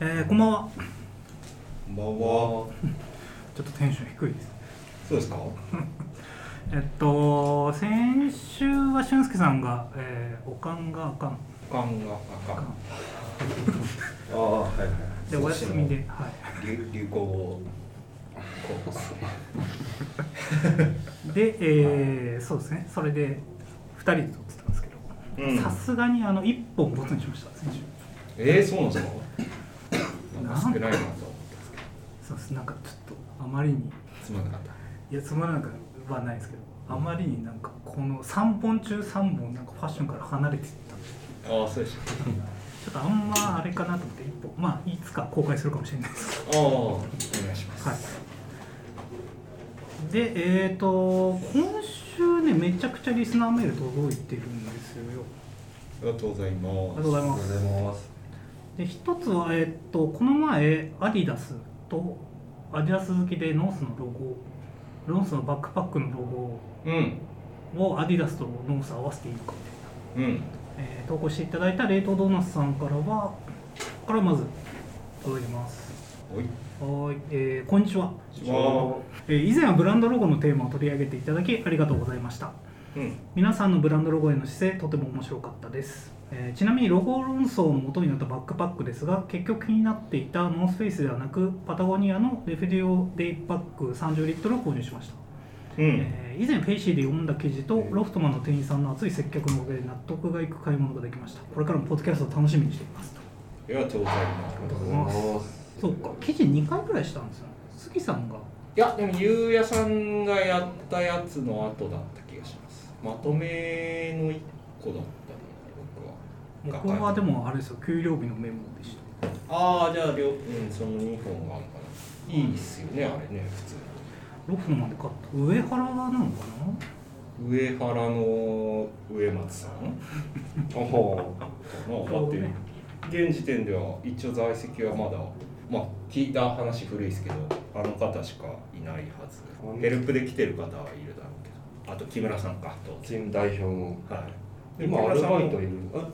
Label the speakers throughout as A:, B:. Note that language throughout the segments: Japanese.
A: えー、こんばんは
B: こんばんは。
A: ちょっとテンション低いです
B: そうですか。
A: えっと先週は俊介さんが、えー、おかんがあかん
B: 感があかん。ああ、はいはい。
A: でお休みで、は
B: 流流行を。こ
A: い、で、えー、そうですねそれで2人で撮ってたんですけ
B: う
A: ど
B: ん
A: さすがにあの1本ボツにしました先週
B: えー、そうなんですか。なんか
A: なん
B: 少ないなと思ったんですけ
A: そうですなんかちょっとあまりに
B: ど。つまんなかった。
A: いやつまらなくはないですけどあまりになんかこの3本中3本なんかファッションから離れていったんで
B: ああ、そうでした。
A: ちょっとあんまあれかなと思って1本まあいつか公開するかもしれないですけど
B: ああ、お願いします。
A: はい、でえっ、と今週ねめちゃくちゃリスナーメール届いてるんですよ
B: ありがとうございます。あ
A: がとう
B: り
A: ございます
B: ありがとうございます。
A: で一つは、えー、とこの前アディダスとアディダス好きでノースのロゴノースのバックパックのロ
B: うん。
A: ゴをアディダスとノース合わせていいのかみたいな
B: うん。
A: えー投稿していただいた冷凍ドーナツさんからはこれはまず届いてます
B: おい。
A: はい、えーこんにちは
B: こんにちは
A: えー以前はブランドロゴのテーマを取り上げていただきありがとうございました
B: うん。
A: 皆さんのブランドロゴへの姿勢とても面白かったです、えーちなみにロゴ論争の元になったバックパックですが結局気になっていたノースフェイスではなくパタゴニアのレフディオデイパック30リットルを購入しました
B: うん。
A: えー以前フェイシーで読んだ記事とロフトマンの店員さんの熱い接客のおかげで納得がいく買い物ができましたこれからもポッドキャストを楽しみにしていますと
B: ありがとうございます。
A: ありがとうございますそうか記事2回ぐらいしたんですよ杉さんが
B: いや、でも、ゆうやさんがやったやつの後だった気がします。まとめの一個だったね、僕は。
A: 僕はでもあれですよ給料日のメモでした
B: ああじゃあ両、うん、その2本があるかないいっすよねあれね普通
A: ロフトマンで買った上原なのかな
B: 上原の上 松さんあはあだって現時点では一応在籍はまだまあ聞いた話古いですけどあの方しかいないはずヘルプで来てる方はいるだろうけどあと木村さんかと
C: チーム代表の
B: はいで
C: 今
B: 木
C: ア
B: 村
C: ル
B: さんも
C: バイトいる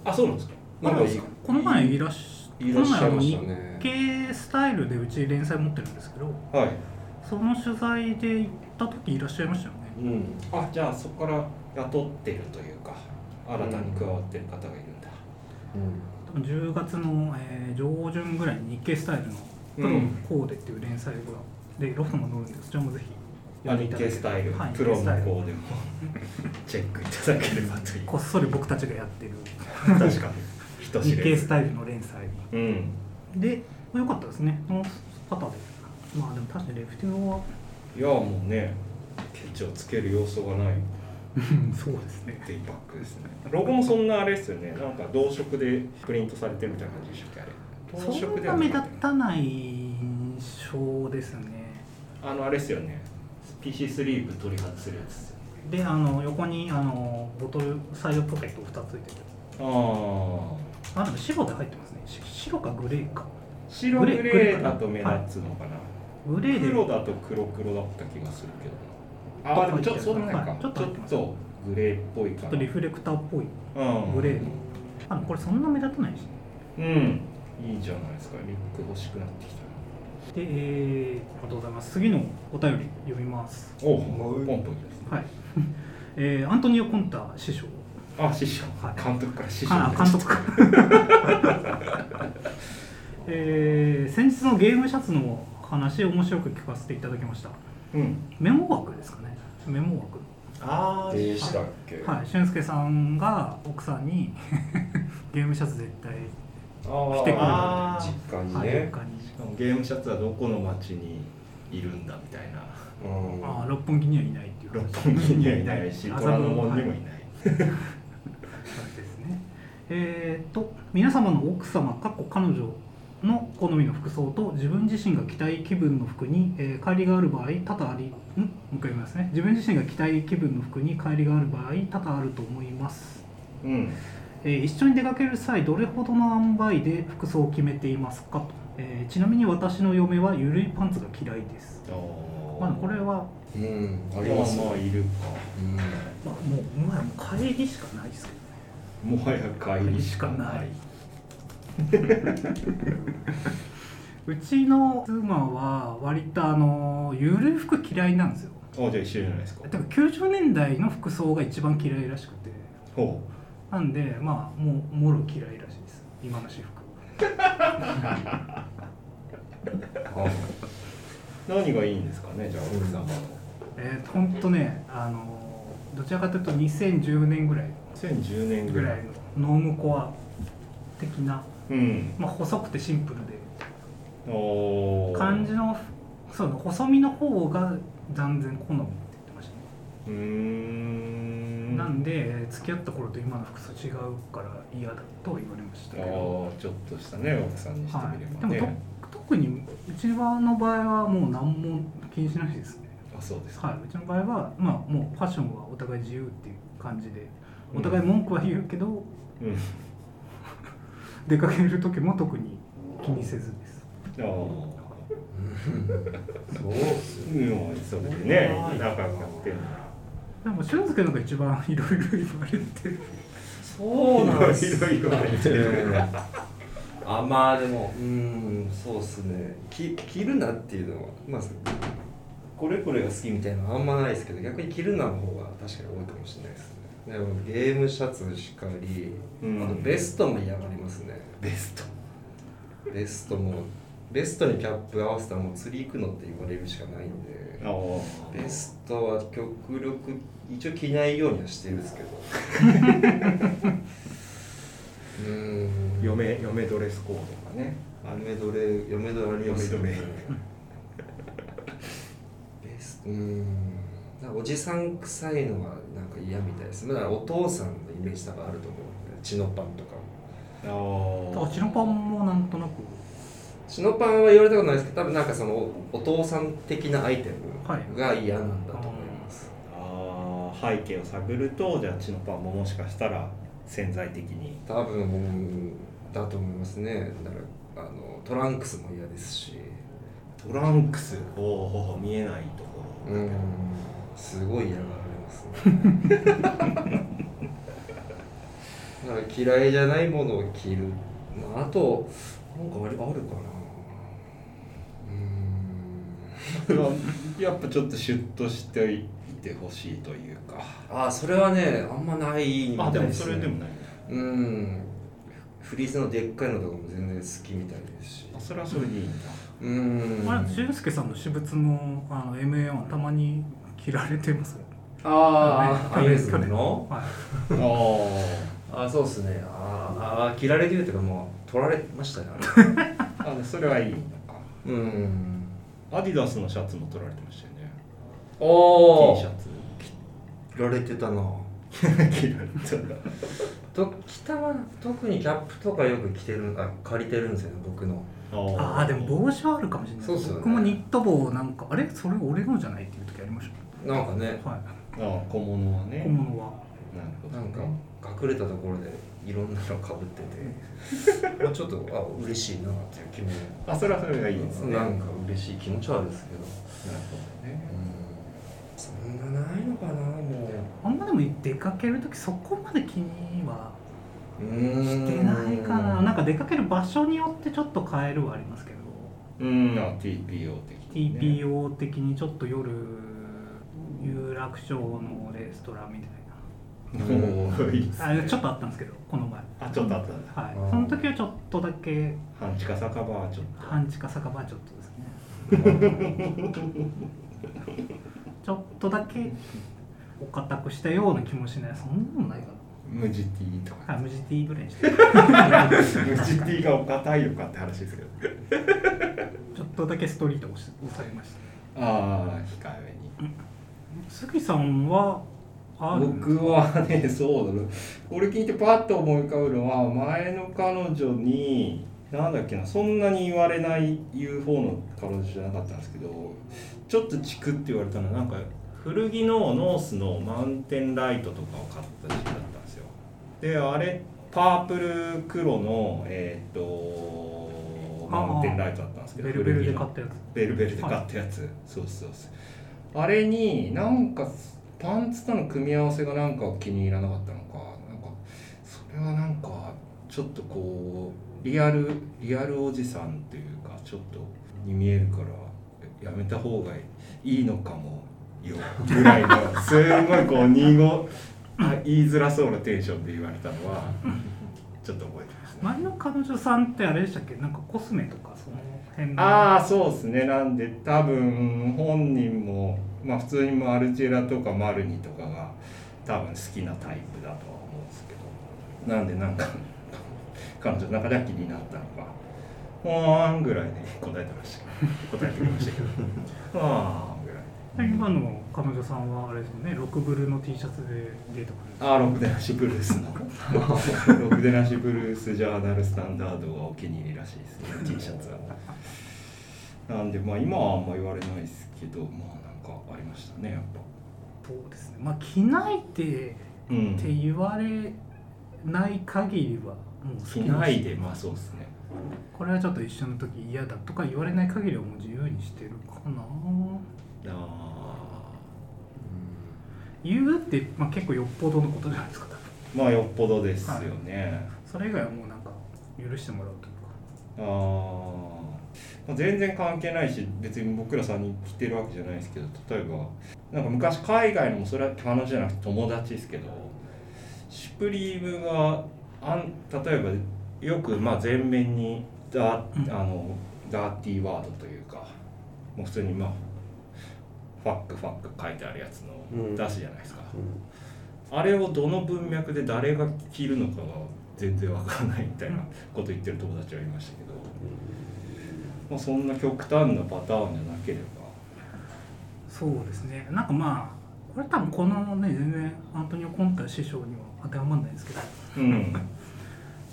B: あそうなんですか
C: なんかいい
A: この前いらっし
C: いらっしゃいました
A: この前あの
C: ね
A: 日経スタイルでうち連載持ってるんですけど
B: はい
A: その取材で行った時いらっしゃいましたよね
C: うん
B: あじゃあそこから雇ってるというか新たに加わってる方がいるんだ、
A: 多分10月の、えー上旬ぐらいに日経スタイルの「プロのコーデ」っていう連載が、でロフトも載るんでそちらもぜひ
B: あ日経スタイル、
A: はい
B: プロの
A: 日経スタイル
B: 方でもチェックいただければという
A: こっそり僕たちがや ってる
B: 確かに人知
A: 日
B: れ
A: 経
B: ず
A: スタイルの連載
B: うん
A: で良かったですねこの方でまあでも確かにレフティングは
B: いやもうねケチをつける要素がない
A: うん そうですね
B: デイパックですねロゴもそんなあれですよねなんか同色でプリントされてるみたいな感じでしたっけあれ同
A: そ
B: 色
A: ん
B: で
A: な
B: は
A: 目
B: なか
A: 立
B: ったよね
A: たない印象ですね
B: あのあれですよね PC スリーブ取り外せるやつですよね
A: であの横にあのボトルサイドポケット2つついてる
B: ああ
A: あでも白で入ってますねし白かグレーか
B: 白
A: グ
B: グ
A: レー
B: レーだと目立つのかな、
A: グレーで
B: 黒だと黒黒だった気がするけどなあーでもちょっとそうでもないか
A: ち
B: ち
A: ょ
B: ょ
A: っ
B: っ
A: と入ってます
B: とグレーっぽい
A: ちょ
B: か
A: っと
B: な
A: リフレクターっぽい
B: うん
A: グレーのあのこれそんな目立たないしね
B: うんいいじゃないですかリュック欲しくなってきた
A: で、えーありがとうございます次のお便り読みます
B: おおポンポンです
A: はい、えーアントニオ・コンタ師匠
B: あ師匠
A: はい
B: 監督から師匠
A: あ監督か えー先日のゲームシャツの話面白く聞かせていただきました
B: うん
A: メモ枠ですかねメモ枠
B: あ
C: うんでしたっけ
A: はい俊介さんが奥さんに ゲームシャツ絶対
C: あ
A: 来てくれる
C: あ実家に
A: あ
C: ね
A: るかに、
B: ゲームシャツはどこの町にいるんだみたいな
C: うん
A: あー六本木にはいないっていう
B: 六本木にはいないし
A: 麻布
B: 虎ノ門にもい
A: は
B: ない
A: そうですねえーっと皆様の奥様かっこ彼女の好みの服装と自分自身が着たい気分の服に、えー乖離がある場合多々ありんもう一回読みますね自分自身が着たい気分の服に乖離がある場合多々あると思います、
B: うん
A: えー一緒に出かける際どれほどの塩梅で服装を決めていますかと、えーちなみに私の嫁はゆるいパンツが嫌いですまあこれは、
C: うんあ
B: あ
C: り
B: ま
C: ます
B: あまあいるか
C: うん
A: まあ、もうもはやもう乖離しかないですけどね
B: もはや帰りしかない
A: うちの妻は割とあのゆるい服嫌いなんですよ
B: あじゃあ一緒じゃないですか
A: だから90年代の服装が一番嫌いらしくて
B: ほ
A: なんでまあもうもろ嫌いらしいです今の私服
B: う何がいいんですかねじゃあ奥様の
A: えー、ほんとねあのどちらかというと2010年ぐらい
B: 2010年ぐ
A: ぐ
B: ら
A: ら
B: い
A: いのノームコア的な、
B: うん
A: まあ、細くてシンプルで
B: おー
A: 感じのそう細身の方が断然好みって言ってましたね
B: うーん
A: なんで付き合った頃と今の服装違うから嫌だと言われました
B: あ
A: けど、
B: ーちょっとしたね奥さんにして
A: は
B: みれば
A: い、で
B: ね、
A: もと特にうちの場合はもう何も気にしないですね、
B: あそうですか、
A: はい、うちの場合は、まあ、もうファッションはお互い自由っていう感じでお互い文句は言うけど、
B: うん
A: 出かける時も特に気にせずです
B: ああ
C: そうっすね
B: うん、それでね、仲良くやってんだ。
A: でも俊介なんか一番いろいろ言われてる
C: そうなんです
B: いろいろ言われてる
C: あまあでもうんそうっすねき着るなっていうのはまあこれこれが好きみたいなのはあんまないですけど逆に着るなの方が確かに多いかもしれないですねでもゲームシャツしかり、
B: うん
C: あとベストも嫌がりますね
B: ベスト。
C: ベストもベストにキャップ合わせたらもう釣り行くのって言われるしかないんで
B: ああ
C: ベストは極力一応着ないようにはしてるんですけ どうーん
B: 嫁、嫁ドレスコードがね。
C: アメドレ嫁ドレありますよね
B: 嫁ドレ
C: ベストうーんなんかおじさん臭いのはなんか嫌みたいですだからお父さんのイメージ多分あると思うんでチノパンとかも
B: ああ
A: あちのパンもなんとなく
C: チノパンは言われたことないですけど多分なんかそのおお父さん的なアイテムが嫌なんだと思います、
B: ああ、背景を探ると、じゃあ、チノパンももしかしたら潜在的に。
C: 多分うんだと思いますねだからあのトランクスも嫌ですし
B: トランクス、おお、見えないところ。
C: うんすごい嫌がられますね だから嫌いじゃないものを着るまああとなんかあれあるかなうん
B: やっぱちょっとシュッとしていてほしいというか。
C: あそれはねあんまないみたい
B: でも
C: です、
B: そ
C: ね、
B: れでもない。
C: うんフリーズのでっかいのとかも全然好きみたいですし
B: あそれはそれでいいんだ。
C: うん
A: あれ俊介さんの私物もあの MA1 たまに着られてますよ
C: あーあ
A: 去
C: れで
A: 年
C: す
A: 去年
C: の
A: はい
B: ああ
C: あそうですねあーあー着られてるというかもう取られましたねあれ
B: あ、それはいいのか。
C: うん。
B: アディダスのシャツも取られてましたよね。
C: お
B: T シャツ。
C: 着られてたな。
B: 切られたら
C: と北は特にキャップとかよく着てるあ借りてるんですよね僕の。
A: ああでも帽子はあるかもしれない
C: そうっすよね
A: 僕もニット帽なんかあれそれ俺のじゃないっていう時ありました
C: なんかね
A: は
B: ああ小物はいね
A: 小物は
B: なるほど
C: なんか
B: ね
C: 隠れたところでいろんなのかぶって て、まあちょっとあ嬉しいなっていう気も。
B: あそれはそれがいいですね
C: なんか嬉しい気持ちはあるんですけど。
B: どね
C: うん。そんなないのかなも
A: あんまでも出かける時そこまで気には
C: う。うん
A: してないかななんか出かける場所によってちょっと変えるはありますけど
B: うんあ TPO 的にね
A: TPO 的にちょっと夜有楽町のレストランみたい
B: おおいいっす
A: なあ
B: ね
A: れちょっとあったんですけどこの前
B: あちょっとあったんだ
A: はい
C: うん
A: その時はちょっとだけ
B: 半地下酒場はちょっと
A: 半地下酒場ちょっとですね ちょっとだけお堅くしたような気もしないそんなのもないか
B: 無地 T と
A: な
B: か
A: はい無地 T ぐらいにして
B: 無地 T がお堅いよかって話ですけど
A: ちょっとだけストリートを押し押されました
B: ああ控えめに
A: 杉さんはある
B: 僕はね そうだな俺聞いてパッと思い浮かぶのは前の彼女になんだっけなそんなに言われない言う方の彼女じゃなかったんですけどちょっとチクって言われたのはなんか古着のノースのマウンテンライトとかを買った時期だったんですよであれパープル黒のえーっとマウンテンライトだったんですけど
A: ベルベル
B: 古
A: で
B: 着の
A: 買ったやつ
B: ベルベルで買ったやつ、そうそうそうあれになんかパンツとの組み合わせがなんか気に入らなかったのかなんかそれはなんかちょっとこうリアルリアルおじさんというかなちょっとに見えるからやめた方がいいのかもよぐらいのすごいこう二語あ言いづらそうなテンションで言われたのはちょっと覚えてますね。
A: 前の彼女さんってあれでしたっけなんかコスメとかその辺の
B: ああそうですねなんで多分本人もまあ普通にマルチェラとかマルニとかが多分好きなタイプだとは思うんですけどなんでなんか彼女の中では気になったのか 「ほーん」ぐらいで答えてましたけど答えてくれましたけど「ほーん」ぐらいで
A: 今の彼女さんはあれですよねロクブルの T シャツで出てくる
B: あーロクデナシブルースのロクデナシブルースジャーナルスタンダードがお気に入りらしいですね T シャツはなんでまあ今はあんま言われないですけどまあなんかありましたねやっぱ
A: そうですねまあ着ないって
B: う
A: って
B: ん
A: 言われない限りはもう好き
B: 着
A: に
B: ないでまあそうですね
A: これはちょっと一緒の時嫌だとか言われない限りはもう自由にしてるかな
B: あ
A: 言うって、まあ、結構よっぽどのことじゃないですか多分
B: ーまあよっぽどですよね、
A: それ以外はもうなんか許してもらうというか
B: ああーまあ全然関係ないし別に僕ら3人着てるわけじゃないですけど例えばなんか昔海外のもそれは話じゃなくて友達ですけどシュプリームがあん例えばよくまあ前面にダあ
A: うん
B: のダーティーワードというかもう普通にまあファックファック書いてあるやつ
C: うん
B: の出すじゃないですか、
C: うん
B: あれをどの文脈で誰が着るのかが全然わからないみたいなこと言ってる友達はいましたけど、まあ、そんな極端なパターンじゃなければ
A: そうですねなんかまあこれ多分このね全然アントニオ・コンタ師匠には当てはまらないんですけど
B: うん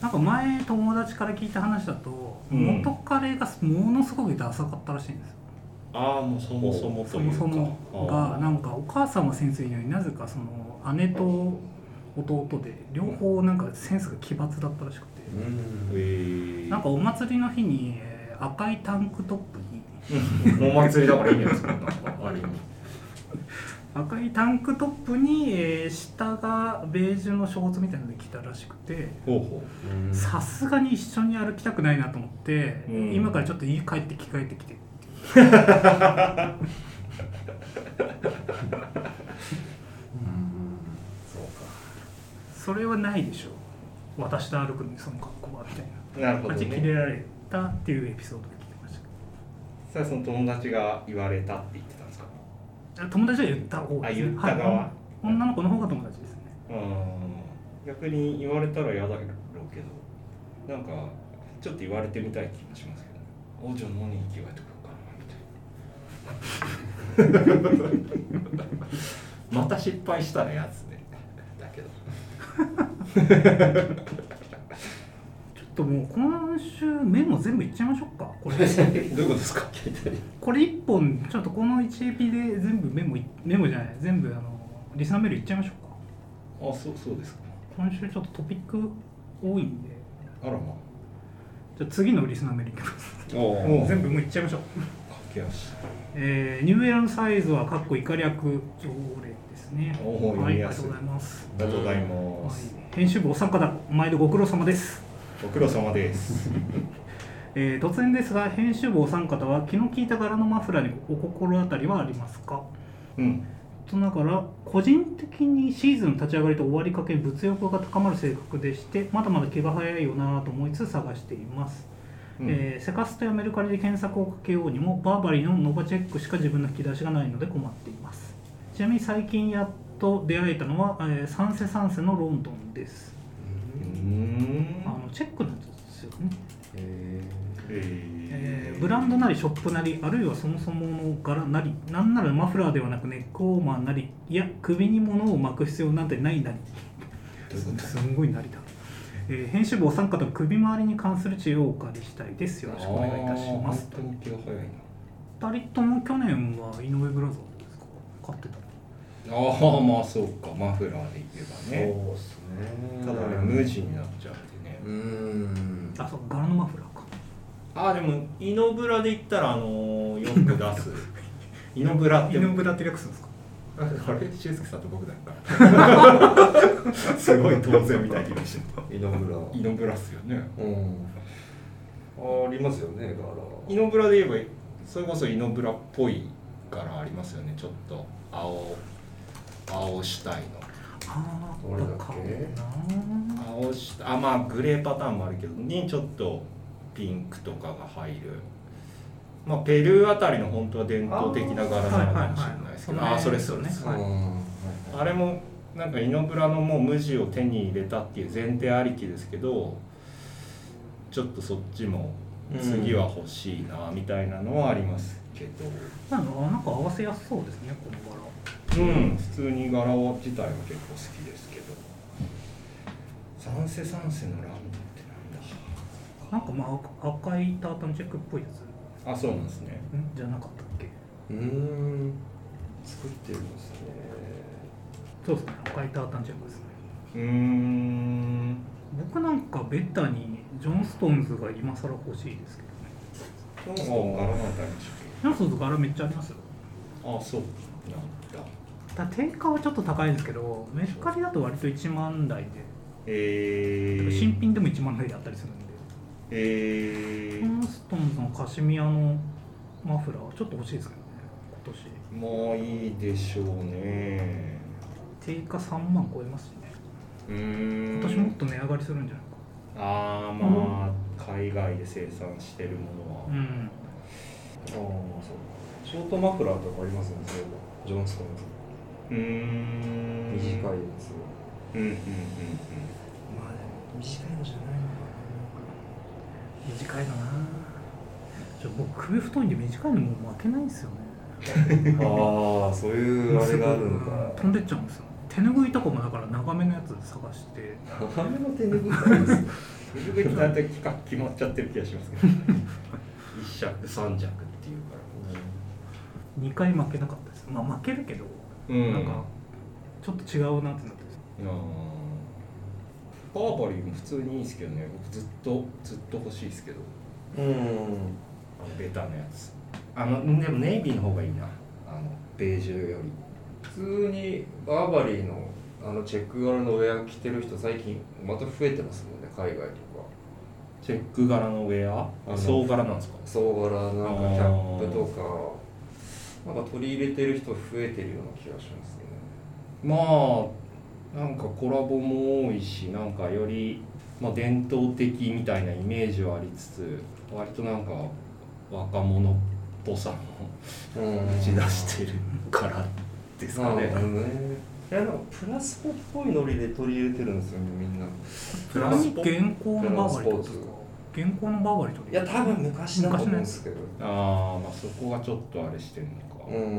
A: なんか前友達から聞いた話だと、
B: うん
A: 元彼がものすごくダサかったらしいんですよ
B: ああもうそもそもと
A: そ
B: いう
A: も
B: か
A: そもがなんかお母さんはセンスいいのになぜかその姉と弟で両方なんかセンスが奇抜だったらしくて、
B: えー、
A: なんかお祭りの日にえー赤いタンクトップに
B: お祭りだからいいんじゃないですかなんかある意味
A: 赤いタンクトップに、えー下がベージュのショーツみたいなので着たらしくて
B: ほうほ
C: うん
A: さすがに一緒に歩きたくないなと思って、
B: うん
A: 今からちょっと家帰って着替えてきて
C: うんそうか
A: それはないでしょう私と歩くのにその格好はみたいな
B: うなるほど
A: 感じで着れ
B: ね
A: られたっていうエピソードが聞いてました
B: それはその友達が言われたって言ってたんですか
A: 友達は言った方がですね
B: あ言った側
A: はい女の子の方が友達ですね
B: うん逆に言われたら嫌だろうけどなんかちょっと言われてみたい気がしますけどね王女の何に着替えてくるかなみたいなまた失敗したらやつねだけど
A: ちょっともう今週メモ全部いっちゃいましょうかこ れ
B: どういうことですか携帯
A: これ一本ちょっとこの1エピで全部メモいメモじゃない全部あのリスナーメールいっちゃいましょうか
B: あそうそうですか
A: 今週ちょっとトピック多いんで
B: あらま
A: じゃあ次のリスナーメールいきます
B: あ
A: も
B: も
A: う全
B: う全
A: 部もういっちゃいましょう
B: 駆け足
A: えーニューエラのサイズはかっこいかりやく条例ですね。
B: おー
A: は
B: 読み
A: い、ありが
B: や
A: と
B: す
A: う
B: い
A: ございます。
B: ありがとうござい
A: は
B: ます、
A: い、編集部お三方、毎度ご苦労様です。
B: ご苦労様です
A: えー突然ですが、編集部お三方は気の利いた柄のマフラーにお心当たりはありますか
B: うん
A: とながら個人的にシーズン立ち上がりと終わりかけに物欲が高まる性格でしてまだまだ気が早いよなぁと思いつつ探しています、
B: うん
A: えーセカストやメルカリで検索をかけようにもバーバリーのノバチェックしか自分の引き出しがないので困っていますちなみに最近やっと出会えたのは、えーサンセサンセのロンドンです
B: うーん
A: あのチェックなんですよね、
C: へ
A: えーブランドなりショップなりあるいはそもそもの柄なりなんならマフラーではなくネックウォーマーなりいや首に物を巻く必要なんてないなり
B: どういうこと
A: すんごいなりだ、えー編集部お三方の首周りに関する知恵をお借りしたいですよろしくお願いいたします
B: あー本当に気が早いな
A: 二人とも去年は井上ブラザーズですか買ってた
B: ああまあそうかマフラーで言えばね
C: そうっすね
B: ただね無地になっちゃってね
C: うん
A: あそう柄のマフラーか
B: ああでもイノブラで言ったらあのー、よく出すイノブラって
A: 井上ブラって略すんですか
B: ああれ俊介さんと僕だからすごい当然みたいに言いました
C: 井ノ村
B: イノブラっすよね
C: うんありますよね
B: イ
C: 柄
B: ノブラで言えばそれこそイノブラっぽいからありますよねちょっと青青主体
A: あ
C: どれだっけ
A: あったか
B: の青主体あまあグレーパターンもあるけどにちょっとピンクとかが入るまあペルーあたりの本当は伝統的な柄なのかもしれないですけど
A: あーはいはいはい
B: ああそれそれです
A: はい
C: うん
B: あれもなんかイノブラのもう無地を手に入れたっていう前提ありきですけどちょっとそっちも次は欲しいなみたいなのはありますけど、
A: ななんかなんか合わせやすそうですねこの柄
B: うん、普通に柄は自体は結構好きですけど。三世三世のランドって
A: なんかまあ赤いタータンチェックっぽいやつ
B: なんだ。あ、そうなんですね。
A: んじゃなかったっけ
C: うーん作ってるんですね
A: そうですね赤いタータンチェックですね
B: うーん。
A: 僕なんかベタにジョンストーンズが今更欲しいですけどね
B: そう柄なんてありまし
A: ジョンストーンズ柄めっちゃありますよ
B: たっけあ、そう。なんだ。
A: ただ定価はちょっと高いんですけどメルカリだと割と1万台
B: え
A: で
B: ー。
A: 新。品でも1万台だったりするんで
B: え
A: ジョ
B: ー。
A: ンストーンズのカシミヤのマフラーちょっと欲しいですけどね今年
B: もういいでしょうね。
A: 定価3万超えますしね
B: うーん。
A: 今年もっと値上がりするんじゃないか
B: ああ、まあ、海外で生産してるものは。
A: う
B: あ
A: ん
C: ああそうショートマフラーとかありますよねそういえばジョンスト
B: う
C: ー
B: ーん。
C: ンズ短いや
B: うん、
C: つ
B: うん、うん、うん。
A: まあでも
C: 短いのじゃない
A: 短いのなじゃあ僕首太いんで短いのもう負けないんですよね
C: ああそういうあれがあるの か
A: 飛んでっちゃうんですよ手拭いとかもだから長めのやつ探して
C: 長めの手拭い です
B: 水口大体期間決まっちゃってる気がしますけど一尺三尺っていうから
A: 2回負けなかったですまあ負けるけど、
B: うん
A: なんかちょっと違うなってなってます
B: あーバーバリーも普通にいいですけどね僕ずっとずっと欲しいですけど
C: うん
B: あのベタなやつあのでもネイビーの方がいいなあのベージュより
C: 普通にバーバリーのあのチェック柄のウェア着てる人最近また増えてますもんね海外とか
B: チェック柄のウェア
C: あの
B: 総柄なんですか
C: 総柄なんかキャップとかなんか取り入れてる人増えてるような気がしますね
B: まあなんかコラボも多いしなんかより、まあ、伝統的みたいなイメージはありつつ割となんか若者っぽさも
C: うん
B: 打ち出してるからですかね
C: なるほどねいやなんかプラスポっぽいノリで取り入れてるんですよねみんな
A: それに現行のバーバリーってことですか現行のバーバリーと
C: いや多分昔だと思うんですけど
B: ああまあそこがちょっとあれしてるのか、
C: うん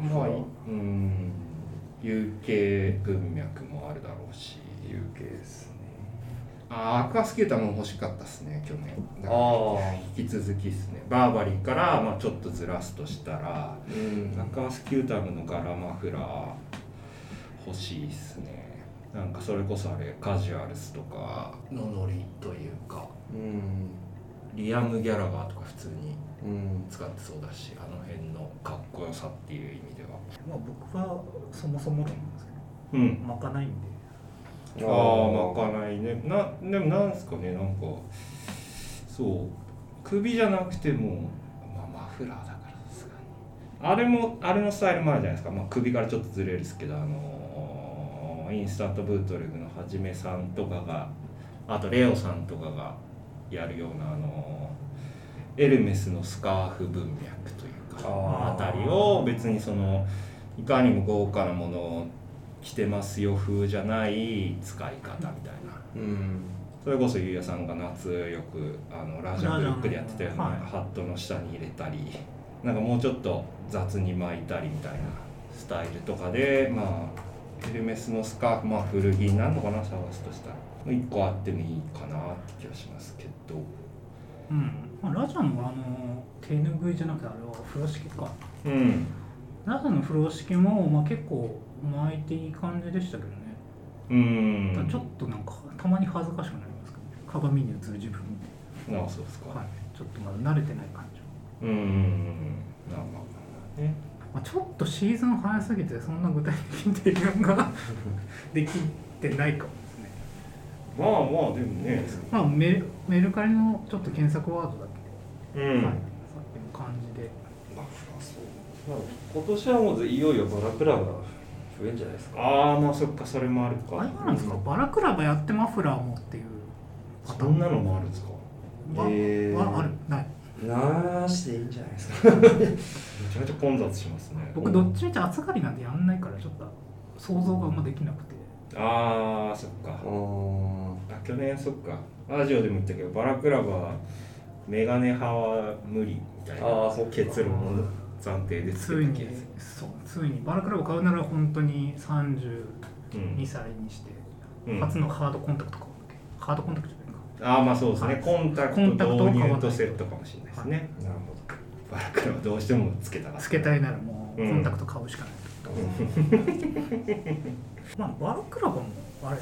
B: まあうん UK 文脈もあるだろうし
C: UK ですね
B: あーアクアスケーターも欲しかったですね去年だから
C: ああ
B: 引き続きですねバーバリーから、まあ、ちょっとずらすとしたら
C: うん
B: アクアスキュータムの柄マフラー欲しいっすねなんかそれこそあれカジュアルスとかのノリというか
C: うん
B: リアム・ギャラガーとか普通に
C: うん
B: 使ってそうだしあの辺のかっこよさっていう意味では
A: まあ僕はそもそも論なんですけ
B: うん
A: ど巻かないんで
B: ああまかないねなでもなんすかねなんかそう首じゃなくても、まあ、マフラーだからですかねあれもあれのスタイルもあるじゃないですか、まあ、首からちょっとずれるですけどあのーインスタントブートレグのはじめさんとかがあとレオさんとかがやるようなあのーエルメスのスカーフ文脈というか
C: あ
B: あ
C: ー
B: たりを別にそのいかにも豪華なものを着てますよ風じゃない使い方みたいな
C: うん
B: それこそゆうやさんが夏よくあのラジャンブルックでやってたような
A: はい
B: ハットの下に入れたりなんかもうちょっと雑に巻いたりみたいなスタイルとかでまあヘルメスのスカーフまあ古着になるのかな探すとしたら1個あってもいいかなって気がしますけど
A: うん、まあ、ラジャンのあの手拭いじゃなくてあれは風呂敷か
B: うん
A: ラジャンの風呂敷も、まあ、結構巻いていい感じでしたけどね
B: うん
A: ただちょっとなんかたまに恥ずかしくなりますけど、ね、鏡に映る自分見て、
B: なあそうですか、
A: はい、ちょっとまだ慣れてない感じ、
B: うんうんうんなんかね
A: まあ、ちょっとシーズン早すぎ てそんな具体的に提案ができてないかもですね
B: まあまあでもね、
A: まあメメルカリのちょっと検索ワードだけで、はい、さっきの
B: うん、
A: 感じで
C: まあそうまあ今年はもういよいよバラクラが増えるんじゃないですか
B: ああまあそっかそれもあるか
A: あれなんですかバラクラバやってマフラーもっていうパタ
B: そ
A: ー
B: ん
A: ン
B: なのもあるんですか
A: は、
C: えー
A: はあるない
C: なーしでいいんじゃないですか
B: めちゃめちゃ混雑しますね
A: 僕どっちみち暑がりなんでやんないからちょっと想像があんまできなくて
B: ああそっか
C: あー
B: あ去年そっかラジオでも言ったけどバラクラバーメガネ派は無理みたいな
C: あーそっか
B: 結論の暫定でつ
A: つ
B: け
A: い
B: た気
A: に
B: がす
A: そうついにバラクラバ買うなら本当に32
B: る、うん
A: 歳にして、
B: うん
A: 初のハードコンタクト買うんだっけハードコンタクトじゃないか
B: ああまあそうですね、
A: はい
B: コンタ
A: コン
B: ク
A: タク
B: ト
A: トを
B: 導
A: 買わない
B: 入とセットかもしれないですね、
C: なるほど
B: バラクラバーどうしてもつけたかった
A: つけたいならもう
B: うん
A: コンタクト買うしかない、まあバラクラバもあれ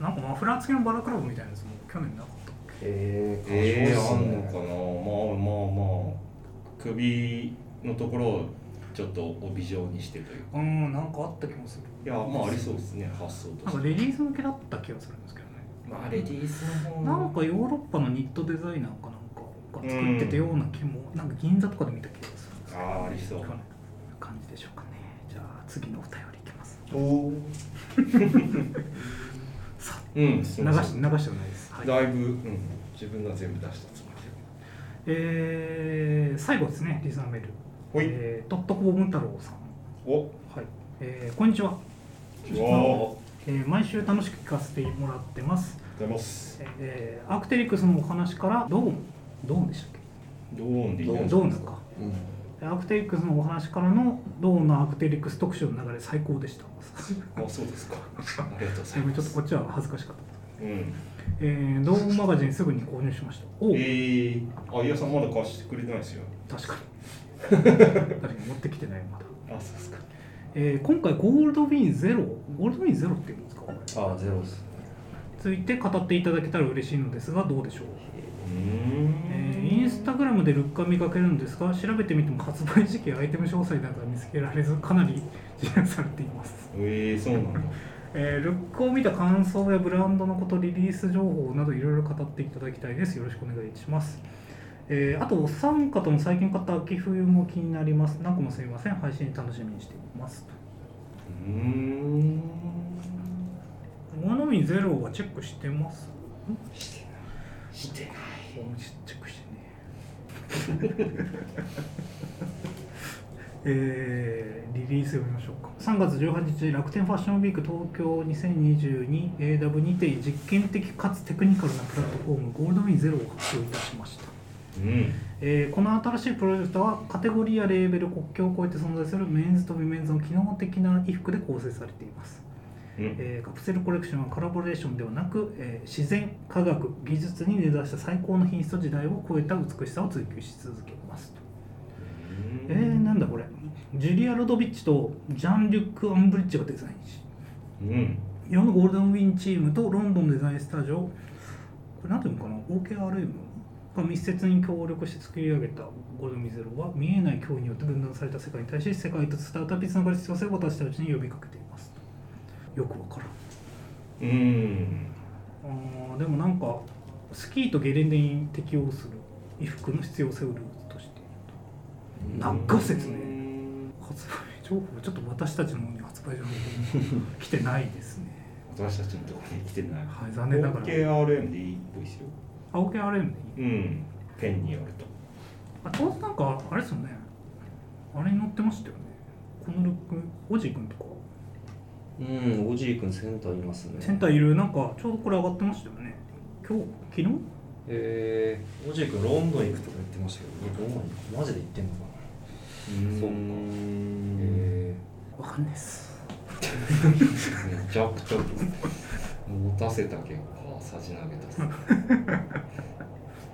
A: なんかマフラー付きのバラクラバみたいなやつも去年なかったっけ
C: えー、
B: えー、
C: あ
B: あ
C: そうっす
B: ん
C: ね
B: のかなまあまあまあ首のところをちょっと帯状にしてというか
A: うんなんかあった気もする
B: いやまあありそうですね発想と
A: なん
B: し
A: か
B: て
A: レディース向けだった気がするんですけどね
B: まあレディースの方
A: なんかヨーロッパのニットデザイナーかなんかが作ってたような気も、なんか銀座とかで見た気がするんですけど
B: あーありそう
A: こんな感じでしょうかねじゃあ次のお便りいきます
C: おおー
A: さあ
B: うん
A: 流し流してもないです、はい
B: だいぶ、うん、自分が全部出したつもり
A: えー最後ですねリスナーメール
B: ほい
A: えー、とっとこぼ文太郎さん
B: おこ
A: はい、えーこんにちは、
B: んにちはお
A: えー毎週楽しく聞かせてもらってます、
B: はようございます
A: えーアクテリクスのお話からドーンドーンでしたっ
B: ドーンでいい
A: け
B: ん
A: ドーンですか
C: うん
A: アクテリクスのお話からのドーンのアクテリクス特集の流れ最高でした
B: あそうで すかありがとうござ
A: 最
B: い
A: 後に
B: ま
A: ちょっと
B: す
A: こっちは恥ずかしかったです、
B: うん
A: えー、ドーンマガジンすぐに購入しましたお
B: え
A: お、
B: ー、あいやさんまだ貸してくれてないですよ
A: 確かに確かに持ってきてないまだ、
B: あそうですか
A: えー今回ゴールドウィンゼロゴールドウィンゼロって言うんですかこれ
C: あーゼロですね
A: ついて語っていただけたら嬉しいのですがどうでしょう
B: うーん
A: えーインスタグラムでルッカ見かけるんですが調べてみても発売時期やアイテム詳細などは見つけられずかなり自難されています、
B: えー、そうなんだ
A: えールックを見た感想やブランドのことリリース情報などいろいろ語っていただきたいですよろしくお願いしますえーあとお三方も最近買った秋冬も気になります何個もすみません配信楽しみにしています
B: うーん
A: モノミゼロはチェックしてます
C: してないしてない
A: ちっちゃくしてねえーリリース読みましょうか3月18日楽天ファッションウィーク東京 2022AW にて実験的かつテクニカルなプラットフォームゴールドウィンゼロを発表いたしました、
B: うん
A: えーこの新しいプロジェクトはカテゴリーやレーベル国境を越えて存在するメンズとウィメンズの機能的な衣服で構成されています
B: うん
A: えーカプセルコレクションはコラボレーションではなく、えー自然科学技術に根ざした最高の品質と時代を超えた美しさを追求し続けますと、えー、なんだこれジュリア・ロドビッチとジャン・リュック・アンブリッジがデザインし
B: うん
A: 世のゴールデンウィンチームとロンドンデザインスタジオこれ何ていうのかな OKRM が密接に協力して作り上げたゴールドミゼロは見えない脅威によって分断された世界に対し世界とスタートアップにつながる必要性を私たちに呼びかけていますよくわからん
B: うん
A: あーでもなんかスキーとゲレンデに適応する衣服の必要性をルーツとしている長説ね
B: うん
A: と発売情報ちょっと私たちの方に発売情報 が来てないですね
B: 私たちのところに来てない
A: はい残念ながら
B: OKRM でいいっぽいですよ
A: 青系 RM でいい
B: うんペンによると
A: あ当時なんかあれですよねあれに載ってましたよねこのルックオジー君とか
C: うんおじいくんセンターいますね
A: センターいるなんかちょうどこれ上がってましたよね今日昨日
C: えー、おじいくんロンドン行くとか言ってましたけどロンドンマジで行ってんのかな
B: そ
C: そうう
B: か
C: か
B: え
A: わかんないです
B: ーめちゃくちゃ持たせた結果さじ投げたっすね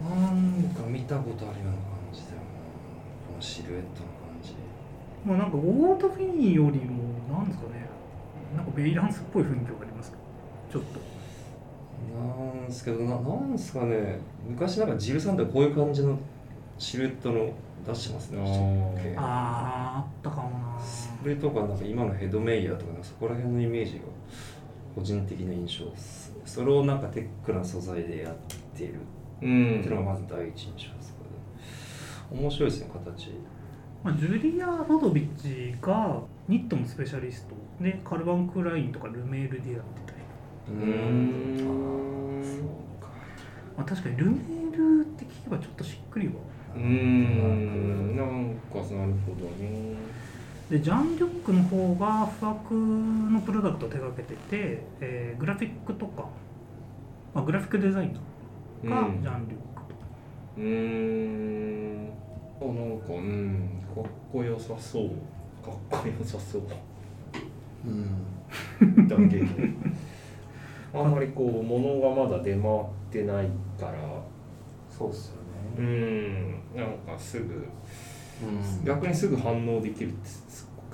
C: なんか見たことあるような感じだよなこのシルエットの感じ
A: まあなんかゴールドフィンよりもなんですかねなんかベイランスっぽい雰囲気がありますけどちょっと
C: なんすけどななんすかね昔なんかジルさんってこういう感じのシルエットの出してますね
B: あー
C: シャッケ
A: あーあったかもな
C: それとかなんか今のヘドメイヤーとかなんかそこら辺のイメージが個人的な印象っすねそれをなんかテックな素材でやってる
B: う
C: っていうの
B: ん
C: がまず第一印象ですかね面白いですね形
A: まあ、ジュリア・ロドビッチがニットのスペシャリストでカルバン・クラインとかルメールでやってたり、
C: う
B: う
C: あ
B: ん
C: ーそうか
A: まあ、確かにルメールって聞けばちょっとしっくりは
B: うーんなんかなるほどね
A: でジャン・リュックの方が不惑のプロダクトを手掛けてて、えーグラフィックとか、まあ、グラフィックデザインが
B: う
A: ジ
B: ん
A: ャン・リュックと、
B: うーんあなんかうんかっこよさそうかっこよさそう
C: うん
B: だけどあんまりこう物がまだ出回ってないから
C: そうっすよ
B: うー
C: ね
B: んなんかすぐ
C: うん
B: 逆にすぐ反応できるって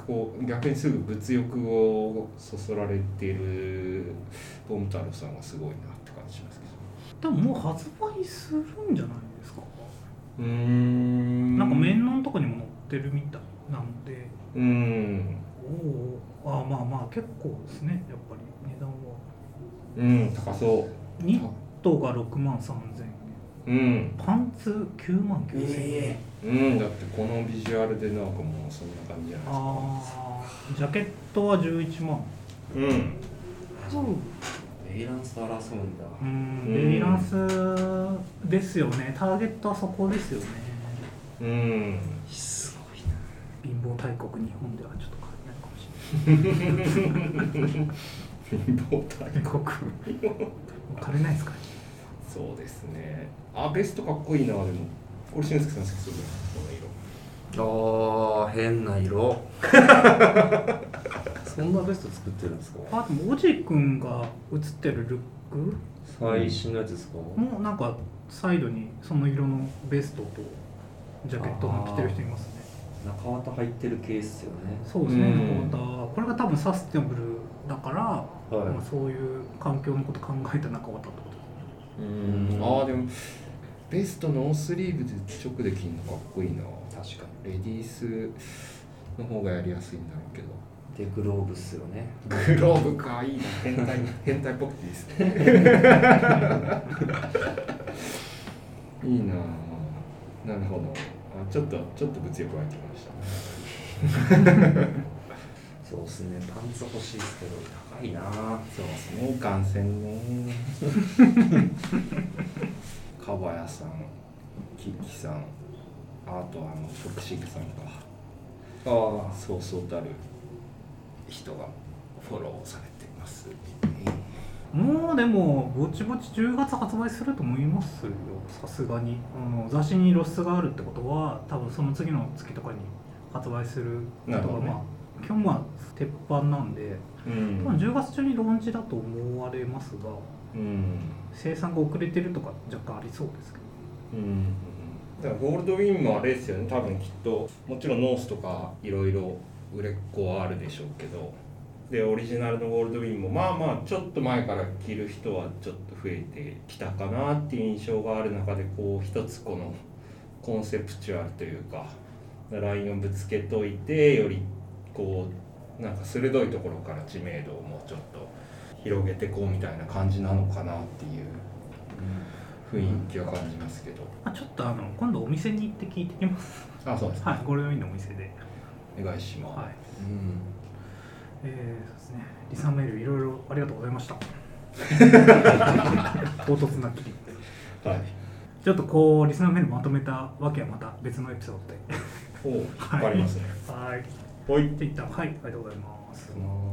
B: こう逆にすぐ物欲をそそられてるボン太郎さんがすごいなって感じします
A: で
B: け
A: ももう発売するんじゃないですか、
B: どうーん
A: なんか面談とかにも載ってるみたいなので
B: うん
A: おおあまあまあ結構ですねやっぱり値段は
B: うん高そ
A: ニットが6万3000円
B: ううん
A: パンツ9万9000円、
B: うんだってこのビジュアルでなんかもうそんな感じじゃないですか
A: ああジャケットは11万
B: うん
C: ベイランスと争うんだ
A: うん
B: うん
A: ベリランスですよねターゲットはそこですよね
B: うん
C: すごいな
A: 貧乏大国日本ではちょっと買えないかもし
B: 貧乏体
A: れ ない大国買えないですか
B: そうですねあベストかっこいいなでもこれ俊介さん好きそうだなこの色
C: あー変な色 そんなベスト作ってるんですか
A: あでもオジ君が写ってるルック
C: 最新のやつですか
A: もなんかサイドにその色のベストとジャケットを着てる人いますね
C: 中綿入ってる系っすよね
A: そうですね
B: うん
A: またこれが多分サステナブルだから、
C: はい
A: まあ、そういう環境のこと考えた中渡ってこと
B: うん
C: ん
B: ああでもベストノースリーブで直で着るのかっこいいな
C: 確か
B: レディースの方がやりやすいんだろうけど
C: にでグローブっすよね
B: グローブかいいな変態 変態っぽくていい ですねいいなあなるほどあちょっとちょっと物欲湧いてきましたね
C: そうっすねパンツ欲しいっすけど高いな
B: そうですね感染ねかばやさんききさんあとあの徳重さんか
C: あ
B: そうそうたる人がフォローされてます、
A: もうでもぼちぼち10月発売すると思いますよさすがにあの雑誌に露出があるってことは多分その次の月とかに発売するこ
B: なる
A: と
B: ほど
A: が
B: ね
A: まあ基本は鉄板なんで、
B: う
A: まあ、
B: ん
A: 10月中にローンチだと思われますが
B: うん
A: 生産が遅れてるとか若干ありそうですけど
B: うんだからゴールドウィンもあれですよね多分きっともちろんノースとかいろいろ売れっ子はあるでしょうけどでオリジナルのゴールドウィンもまあまあちょっと前から着る人はちょっと増えてきたかなっていう印象がある中でこう一つこのコンセプチュアルというかラインをぶつけといてよりこうなんか鋭いところから知名度をもうちょっと広げてこうみたいな感じなのかなっていう雰囲気は感じますけど。
A: まあ、ちょっとあの今度お店に行って聞いてきます
B: あ、そうですね。
A: はいゴールドウィンのお店で
B: お願いします。
A: はい
C: うん
A: えー、そうですねリサメールいろいろありがとうございました 唐突な切り
B: はい。
A: ちょっとこうリスナーメールまとめたわけはまた別のエピソードで。
B: おお、
A: はい
B: わかりますね。
A: はい。
B: はい。
A: って言ったはい、ありがとうございます。
C: うん